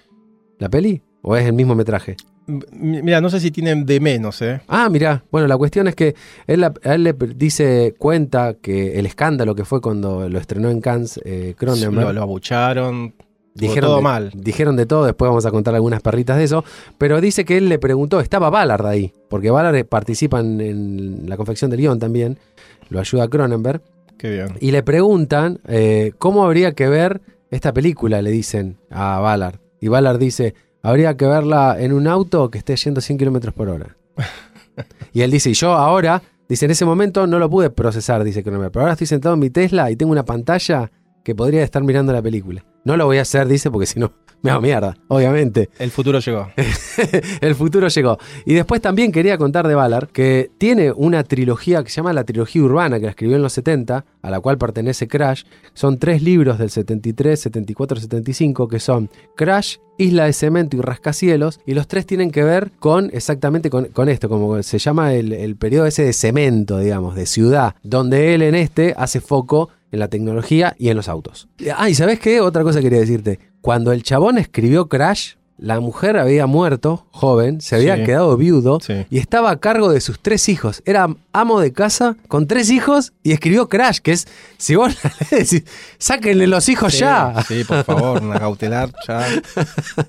B: ¿La peli? ¿O es el mismo metraje?
C: M- Mira, no sé si tienen de menos, ¿eh?
B: Ah, mirá. Bueno, la cuestión es que él, a él le p- dice, cuenta que el escándalo que fue cuando lo estrenó en Cannes eh, Cronenberg.
C: Lo, lo abucharon.
B: dijeron
C: todo
B: de,
C: mal.
B: Dijeron de todo, después vamos a contar algunas perritas de eso. Pero dice que él le preguntó, estaba Ballard ahí, porque Ballard eh, participa en, en la confección del guión también, lo ayuda a Cronenberg.
C: Qué bien.
B: Y le preguntan eh, cómo habría que ver esta película, le dicen a Ballard. Y Ballard dice, habría que verla en un auto que esté yendo 100 kilómetros por hora. y él dice, y yo ahora, dice, en ese momento no lo pude procesar, dice Cronenberg, pero ahora estoy sentado en mi Tesla y tengo una pantalla que podría estar mirando la película. No lo voy a hacer, dice, porque si no Me hago mierda, obviamente.
C: El futuro llegó.
B: El futuro llegó. Y después también quería contar de Valar que tiene una trilogía que se llama la trilogía urbana, que la escribió en los 70, a la cual pertenece Crash. Son tres libros del 73, 74, 75, que son Crash, Isla de Cemento y Rascacielos, y los tres tienen que ver con exactamente con, con esto, como se llama el, el periodo ese de cemento, digamos, de ciudad, donde él en este hace foco en la tecnología y en los autos. Ah, y ¿sabes qué? Otra cosa quería decirte. Cuando el chabón escribió Crash, la mujer había muerto, joven, se había
C: Sí.
B: quedado viudo
C: Sí.
B: y estaba a cargo de sus tres hijos. Era amo de casa con tres hijos y escribió Crash, que es, si vos la lees, decís, sáquenle los hijos
C: Sí,
B: Ah, ya.
C: Sí, por favor, una cautelar ya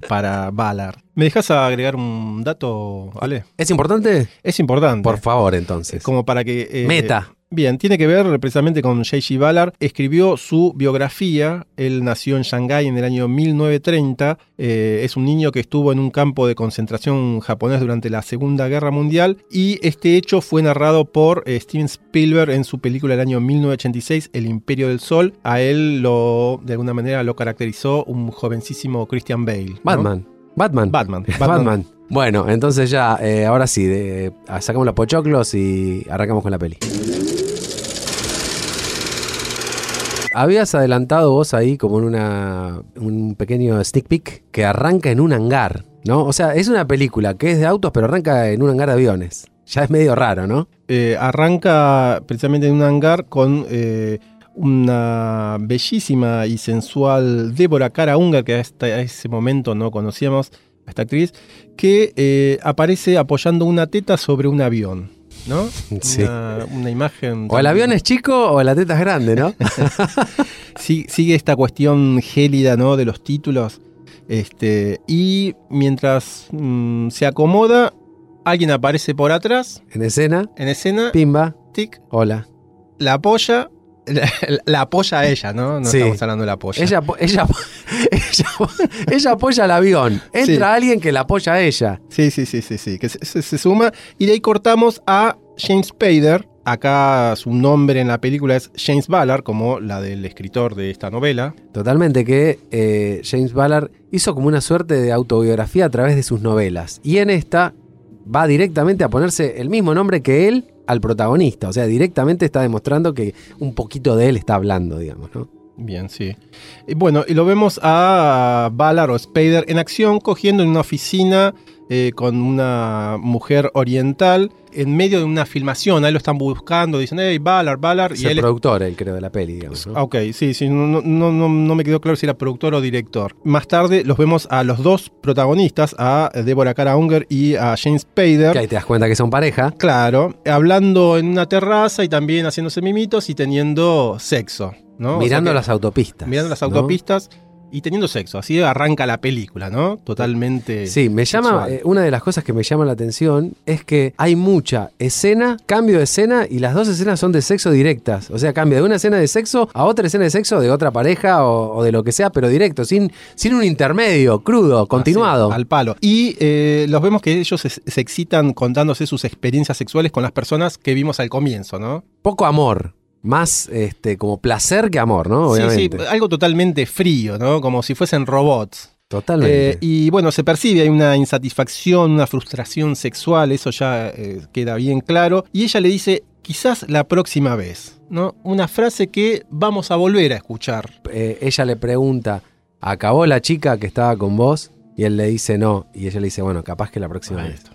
C: para Valar. ¿Me dejas agregar un dato, Ale?
B: ¿Es importante?
C: Es importante.
B: Por favor, entonces.
C: Como para que. eh,
B: Meta.
C: Bien, tiene que ver precisamente con J.G. Ballard. Escribió su biografía. Él nació en Shanghái en el año 1930. Eh, es un niño que estuvo en un campo de concentración japonés durante la Segunda Guerra Mundial. Y este hecho fue narrado por eh, Steven Spielberg en su película del año 1986, El Imperio del Sol. A él, lo, de alguna manera, lo caracterizó un jovencísimo Christian Bale. ¿no?
B: Batman. Batman.
C: Batman.
B: Batman. Bueno, entonces ya, eh, ahora sí, de- sacamos los pochoclos y arrancamos con la peli. Habías adelantado vos ahí como en una, un pequeño sneak peek que arranca en un hangar, ¿no? O sea, es una película que es de autos, pero arranca en un hangar de aviones. Ya es medio raro, ¿no?
C: eh, arranca precisamente en un hangar con eh, una bellísima y sensual Débora Cara Ungar, que hasta ese momento no conocíamos a esta actriz, que eh, aparece apoyando una teta sobre un avión, ¿no?
B: Sí.
C: Una, una imagen.
B: O el avión es chico o la teta es grande, ¿no?
C: Sí, sigue esta cuestión gélida, ¿no? De los títulos. Este, y mientras mm, se acomoda, alguien aparece por atrás,
B: En escena,
C: en escena,
B: pimba,
C: tic,
B: hola.
C: la apoya. La, la apoya a ella, ¿no? No
B: Sí.
C: estamos hablando de la apoya.
B: Ella, apo- ella, ella- ella apoya el avión. Entra
C: Sí.
B: alguien que la apoya a ella.
C: Sí, sí, sí, sí, sí. Que se, se- se suma. Y de ahí cortamos a James Spader. Acá su nombre en la película es James Ballard, como la del escritor de esta novela.
B: Totalmente, que eh, James Ballard hizo como una suerte de autobiografía a través de sus novelas. Y en esta va directamente a ponerse el mismo nombre que él al protagonista. O sea, directamente está demostrando que un poquito de él está hablando, digamos, ¿no?
C: Bien, sí. Y bueno, y lo vemos a Ballard o Spader en acción, cogiendo en una oficina eh, con una mujer oriental en medio de una filmación. Ahí lo están buscando, dicen, hey, Ballard, Ballard.
B: Es
C: Y
B: el
C: él
B: productor, él creo, de la peli, digamos. ¿no?
C: Ah, Ok, sí, sí, no, no- no- no- no me quedó claro si era productor o director. Más tarde los vemos a los dos protagonistas, a Débora Cara Unger y a James Spader.
B: Que ahí te das cuenta que son pareja.
C: Claro, hablando en una terraza y también haciéndose mimitos y teniendo sexo, ¿no? O sea
B: mirando
C: que-
B: las autopistas.
C: mirando las
B: ¿no?
C: autopistas y teniendo sexo. Así arranca la película, ¿no? Totalmente.
B: Sí, me llama.
C: sexual.
B: eh, una de las cosas que me llama la atención es que hay mucha escena, cambio de escena, y las dos escenas son de sexo directas. O sea, cambia de una escena de sexo a otra escena de sexo de otra pareja o, o de lo que sea, pero directo, sin, sin un intermedio, crudo, continuado.
C: Así, al palo. Y eh, los vemos que ellos se, se excitan contándose sus experiencias sexuales con las personas que vimos al comienzo, ¿no?
B: Poco amor. Más este, como placer que amor, ¿no? Obviamente.
C: Sí, eh, sí, algo totalmente frío, ¿no? Como si fuesen robots.
B: Totalmente.
C: Eh, y bueno, se percibe, hay una insatisfacción, una frustración sexual, eso ya eh, queda bien claro. Y ella le dice, quizás la próxima vez, ¿no? Una frase que vamos a volver a escuchar.
B: eh, ella le pregunta, ¿acabó la chica que estaba con vos? Y él le dice no. Y ella le dice, bueno, capaz que la próxima
C: Ahí
B: vez.
C: está.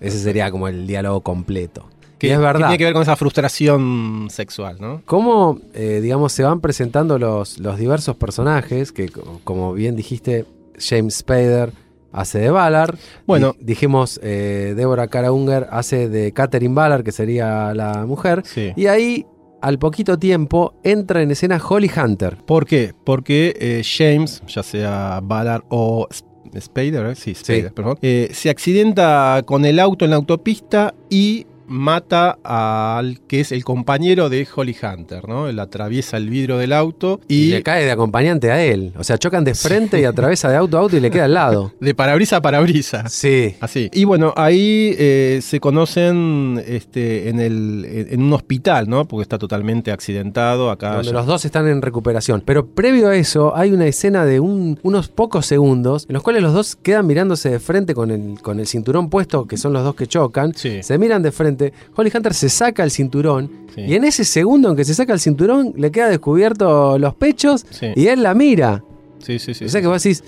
B: Ese sería como el diálogo completo.
C: Que,
B: Y es
C: que
B: verdad.
C: tiene que ver con esa frustración sexual, ¿no?
B: ¿Cómo, eh, digamos, se van presentando los, los diversos personajes que, co- como bien dijiste, James Spader hace de Ballard?
C: Bueno.
B: Di- dijimos, eh, Débora Cara Unger hace de Catherine Ballard, que sería la mujer.
C: Sí.
B: Y ahí, al poquito tiempo, entra en escena Holly Hunter.
C: ¿Por qué? Porque eh, James, ya sea Ballard o S- Spader, ¿eh? sí, Spader, perdón, eh, se accidenta con el auto en la autopista y mata al que es el compañero de Holly Hunter, ¿no? Él atraviesa el vidrio del auto y,
B: le cae de acompañante a él. O sea, chocan de frente y atraviesa de auto a auto y le queda al lado.
C: de parabrisa a parabrisa.
B: Sí.
C: Así. Y bueno, ahí eh, se conocen este, en, el, en un hospital, ¿no? Porque está totalmente accidentado. Acá
B: Donde
C: Ah, ya-
B: los dos están en recuperación. Pero previo a eso, hay una escena de un- unos pocos segundos en los cuales los dos quedan mirándose de frente con el, con el cinturón puesto, que son los dos que chocan.
C: Sí.
B: Se miran de frente. Holly Hunter se saca el cinturón.
C: Sí.
B: Y en ese segundo en que se saca el cinturón, le queda descubierto los pechos
C: Sí.
B: y él la mira.
C: Sí, sí, sí.
B: o sea que vos decís,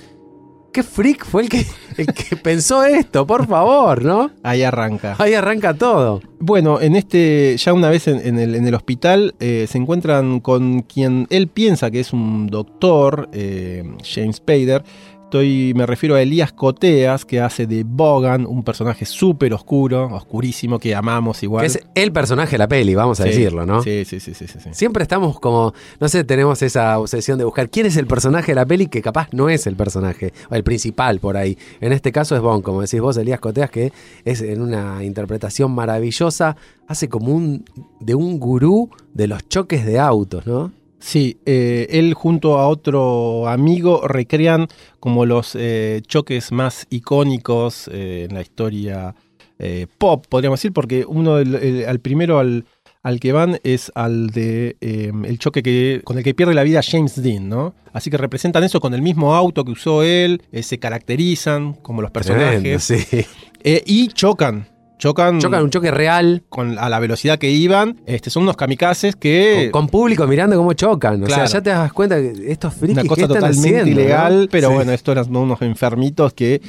B: ¿qué freak fue el que, el que pensó esto? Por favor, ¿no?
C: Ahí arranca.
B: Ahí arranca todo.
C: Bueno, en este, ya una vez en, en el, en el hospital, eh, se encuentran con quien él piensa que es un doctor, eh, James Spader. Estoy, me refiero a Elías Coteas, que hace de Bogan, un personaje súper oscuro, oscurísimo, que amamos igual.
B: Que es el personaje de la peli, vamos a
C: Sí,
B: decirlo, ¿no?
C: Sí, sí, sí, sí, sí, sí.
B: Siempre estamos como, no sé, tenemos esa obsesión de buscar quién es el personaje de la peli que capaz no es el personaje, o el principal por ahí. En este caso es Bond, como decís vos, Elías Coteas, que es en una interpretación maravillosa, hace como un de un gurú de los choques de autos, ¿no?
C: Sí, eh, él junto a otro amigo recrean como los eh, choques más icónicos eh, en la historia eh, pop, podríamos decir, porque uno del- el- al primero al, al que van es al de eh, el choque que, con el que pierde la vida James Dean, ¿no? Así que representan eso con el mismo auto que usó él, eh, se caracterizan como los
B: Tremendo,
C: personajes
B: sí.
C: eh, y chocan, chocan,
B: Chocan un choque real,
C: con, a la velocidad que iban. Este, son unos kamikazes que
B: con, con público mirando cómo chocan. O
C: Claro.
B: sea, ya te das cuenta que estos frikis
C: una
B: ¿qué
C: cosa
B: están
C: totalmente
B: haciendo, no?
C: ilegal, pero
B: Sí.
C: bueno, estos eran unos enfermitos que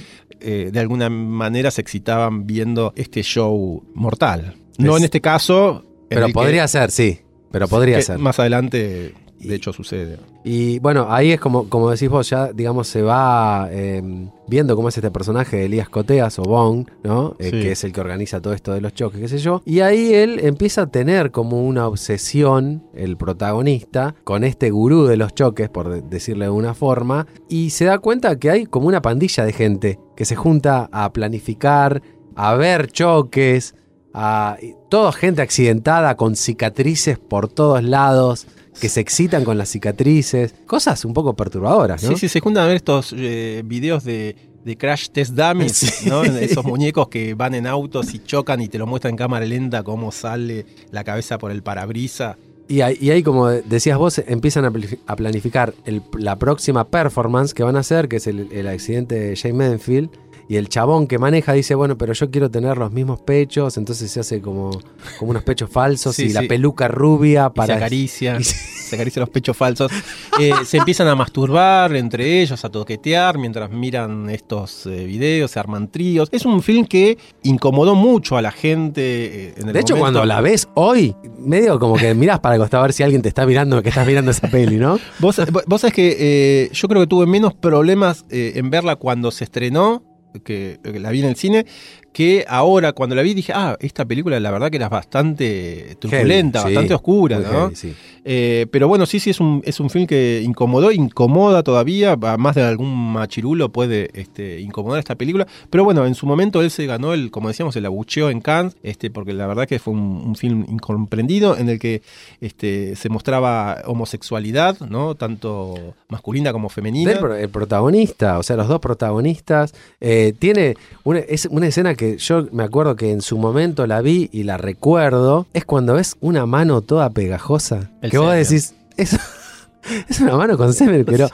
C: eh, de alguna manera se excitaban viendo este show mortal. No
B: Es-
C: en este caso. en
B: Pero
C: el que-
B: podría ser, sí. Pero podría
C: que
B: ser.
C: Más adelante,
B: Y-
C: de hecho, sucede.
B: Y bueno, ahí es como, como decís vos, ya digamos se va eh, viendo cómo es este personaje de Elías Coteas o Bong, ¿no? Eh,
C: Sí.
B: Que es el que organiza todo esto de los choques, qué sé yo. Y ahí él empieza a tener como una obsesión, el protagonista, con este gurú de los choques, por de- decirle de una forma, y se da cuenta que hay como una pandilla de gente que se junta a planificar, a ver choques, a y toda gente accidentada con cicatrices por todos lados que se excitan con las cicatrices, cosas un poco perturbadoras, ¿no?
C: Sí, sí, se juntan a ver estos eh, videos de, de Crash Test Dummies,
B: Sí.
C: ¿no? Esos muñecos que van en autos y chocan y te lo muestran en cámara lenta cómo sale la cabeza por el parabrisa.
B: Y, ahí, y ahí, como decías vos, empiezan a, pli- a planificar el- la próxima performance que van a hacer, que es el, el accidente de James Menfield. Y el chabón que maneja dice, bueno, pero yo quiero tener los mismos pechos, entonces se hace como, como unos pechos falsos
C: Sí,
B: y la
C: sí.
B: peluca rubia
C: Y se
B: para...
C: acaricia,
B: y
C: se acaricia los pechos falsos. Eh, se empiezan a masturbar entre ellos, a toquetear mientras miran estos eh, videos, se arman tríos. Es un film que incomodó mucho a la gente eh, en el
B: De hecho,
C: momento.
B: cuando la ves hoy, medio como que mirás para el costado a ver si alguien te está mirando, que estás mirando esa peli, ¿no?
C: Vos, vos sabés que eh, yo creo que tuve menos problemas eh, en verla cuando se estrenó, que, que la vi en el cine, que ahora cuando la vi dije, ah, esta película la verdad que era bastante turbulenta,
B: Heavy, sí.
C: bastante oscura,
B: Muy
C: ¿no?
B: heavy, sí.
C: Eh, pero bueno, sí, sí, es un, es un film que incomodó, incomoda todavía, a más de algún machirulo puede este, incomodar esta película, pero bueno, en su momento él se ganó el, como decíamos, el abucheo en Cannes, este, porque la verdad que fue un, un film incomprendido en el que este, se mostraba homosexualidad, ¿no? Tanto masculina como femenina.
B: Del pro- el protagonista, o sea, los dos protagonistas. eh, tiene una, es una escena que yo me acuerdo que en su momento la vi y la recuerdo. Es cuando ves una mano toda pegajosa.
C: El
B: que vos
C: semen.
B: decís, es, es una mano con semen, pero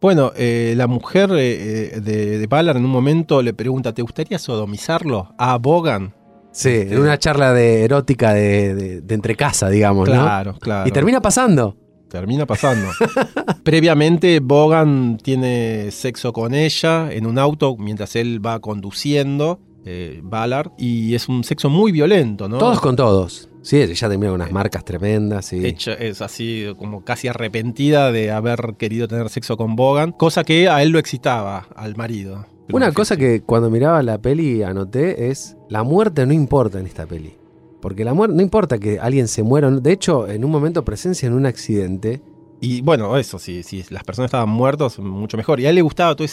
C: Bueno, eh, la mujer eh, eh, de, de Ballard en un momento le pregunta, ¿te gustaría sodomizarlo a Bogan?
B: sí, en una charla de erótica de, de, de entre casa, digamos, ¿no?
C: Claro, claro.
B: Y termina pasando.
C: Termina pasando. Previamente, Bogan tiene sexo con ella en un auto mientras él va conduciendo, eh, Ballard, y es un sexo muy violento, ¿no?
B: Todos con todos. Sí, ella termina con unas marcas tremendas. Sí.
C: Hecha- es así como casi arrepentida de haber querido tener sexo con Bogan, cosa que a él lo excitaba, al marido.
B: Una cosa que cuando miraba la peli anoté es la muerte no importa en esta peli. Porque la muerte no importa que alguien se muera. o no. De hecho, en un momento presencia en un accidente
C: Y bueno, eso, si, si las personas estaban muertas, mucho mejor. Y a él le gustaba toda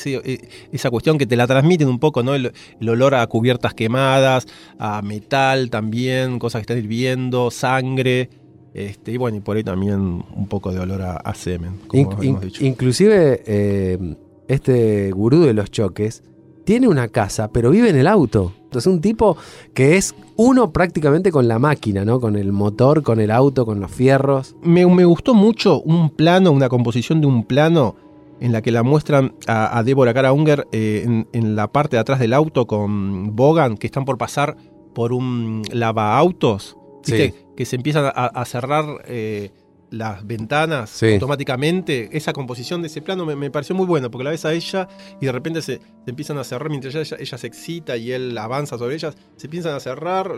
C: esa cuestión que te la transmiten un poco, ¿no? El, el, olor a cubiertas quemadas, a metal también, cosas que están hirviendo, sangre. Este, y bueno, y por ahí también un poco de olor a, a semen.
B: Como in, in, inclusive eh, este gurú de los choques tiene una casa, pero vive en el auto. Entonces un tipo que es uno prácticamente con la máquina, ¿no? Con el motor, con el auto, con los fierros.
C: Me, me gustó mucho un plano, una composición de un plano en la que la muestran a, a Débora Cara Unger eh, en, en, la parte de atrás del auto con Bogan, que están por pasar por un lavaautos. ¿Viste? Sí. Que se empiezan a, a cerrar... Eh, las ventanas sí. automáticamente. Esa composición de ese plano me, me, pareció muy bueno, porque la ves a ella y de repente se, se empiezan a cerrar, mientras ella, ella, se excita y él avanza sobre ellas, se empiezan a cerrar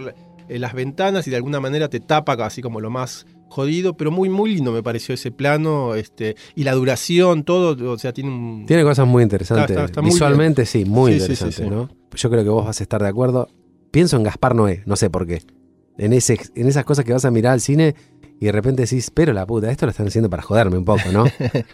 C: eh, las ventanas y de alguna manera te tapa así como lo más jodido, pero muy, muy lindo me pareció ese plano, este, y la duración, todo, o sea, tiene un...
B: Tiene cosas muy interesantes. Está, está, está Visualmente muy sí, muy sí, interesante, sí, ¿no? Yo creo que vos vas a estar de acuerdo. Pienso en Gaspar Noé, no sé por qué. En, ese, en esas cosas que vas a mirar al cine, y de repente decís, pero la puta, esto lo están haciendo para joderme un poco, ¿no?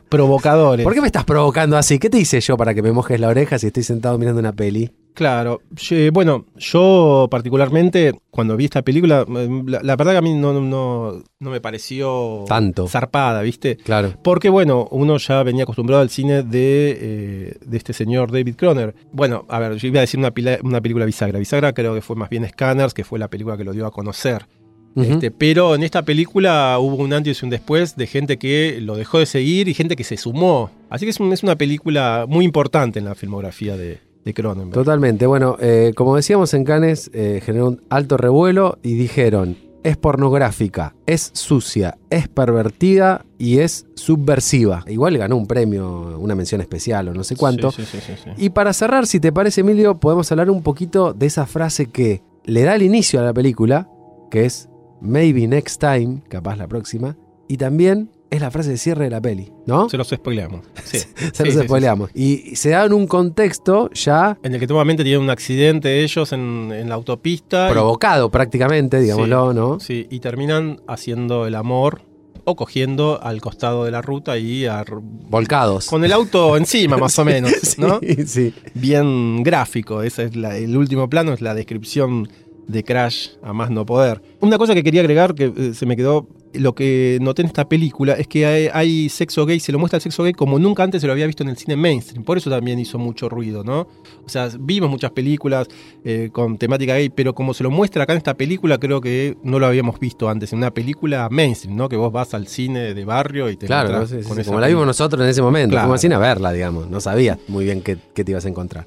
C: Provocadores.
B: ¿Por qué me estás provocando así? ¿Qué te hice yo para que me mojes la oreja si estoy sentado mirando una peli?
C: Claro, eh, bueno, yo particularmente cuando vi esta película, eh, la, la verdad que a mí no, no, no, me pareció
B: tanto
C: zarpada, ¿viste?
B: Claro.
C: Porque bueno, uno ya venía acostumbrado al cine de, eh, de este señor David Croner. Bueno, a ver, yo iba a decir una, pila, una película bisagra. Bisagra creo que fue más bien Scanners, que fue la película que lo dio a conocer. Este, uh -huh. Pero en esta película hubo un antes y un después de gente que lo dejó de seguir y gente que se sumó. Así que es, un, es una película muy importante en la filmografía de, de Cronenberg.
B: Totalmente. Bueno, eh, como decíamos en Cannes, eh, generó un alto revuelo y dijeron: es pornográfica, es sucia, es pervertida y es subversiva. Igual ganó un premio, una mención especial o no sé cuánto.
C: Sí, sí, sí,
B: y para cerrar, si te parece, Emilio, podemos hablar un poquito de esa frase que le da el inicio a la película, que es Maybe Next Time, capaz la próxima. Y también es la frase de cierre de la peli, ¿no?
C: Se los spoileamos. Sí.
B: se los sí, spoileamos. Sí, y se da en un contexto ya.
C: En el que nuevamente tienen un accidente ellos en, en la autopista.
B: Provocado y... prácticamente, digámoslo, ¿no?
C: Sí, y terminan haciendo el amor o cogiendo al costado de la ruta y a...
B: volcados.
C: Con el auto encima, más o menos, ¿no?
B: Sí.
C: Bien gráfico. Ese es la, el último plano, es la descripción de Crash a más no poder. Una cosa que quería agregar, que eh, se me quedó, lo que noté en esta película, es que hay, hay, sexo gay, se lo muestra el sexo gay como nunca antes se lo había visto en el cine mainstream, por eso también hizo mucho ruido, ¿no? O sea, vimos muchas películas eh, con temática gay, pero como se lo muestra acá en esta película, creo que no lo habíamos visto antes, en una película mainstream, ¿no? Que vos vas al cine de barrio y te
B: claro, no, sí, con sí, esa como la vimos nosotros en ese momento, claro. como al cine a verla, digamos, no sabías muy bien qué, qué, te ibas a encontrar.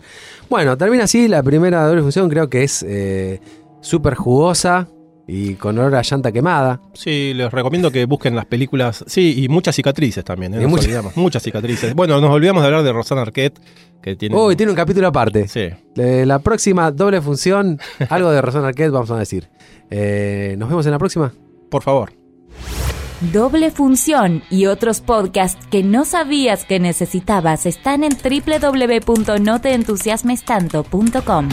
B: Bueno, termina así la primera doble función, creo que es... Eh, súper jugosa y con olor a llanta quemada.
C: Sí, les recomiendo que busquen las películas. Sí, y muchas cicatrices también. ¿eh? Nos muchas... Olvidamos, muchas cicatrices. Bueno, nos olvidamos de hablar de Rosana Arquette. Que tiene...
B: Uy, tiene un capítulo aparte.
C: Sí.
B: Eh, la próxima doble función, algo de Rosana Arquette vamos a decir. Eh, nos vemos en la próxima.
C: Por favor.
A: Doble Función y otros podcasts que no sabías que necesitabas están en www.noteentusiasmestanto.com.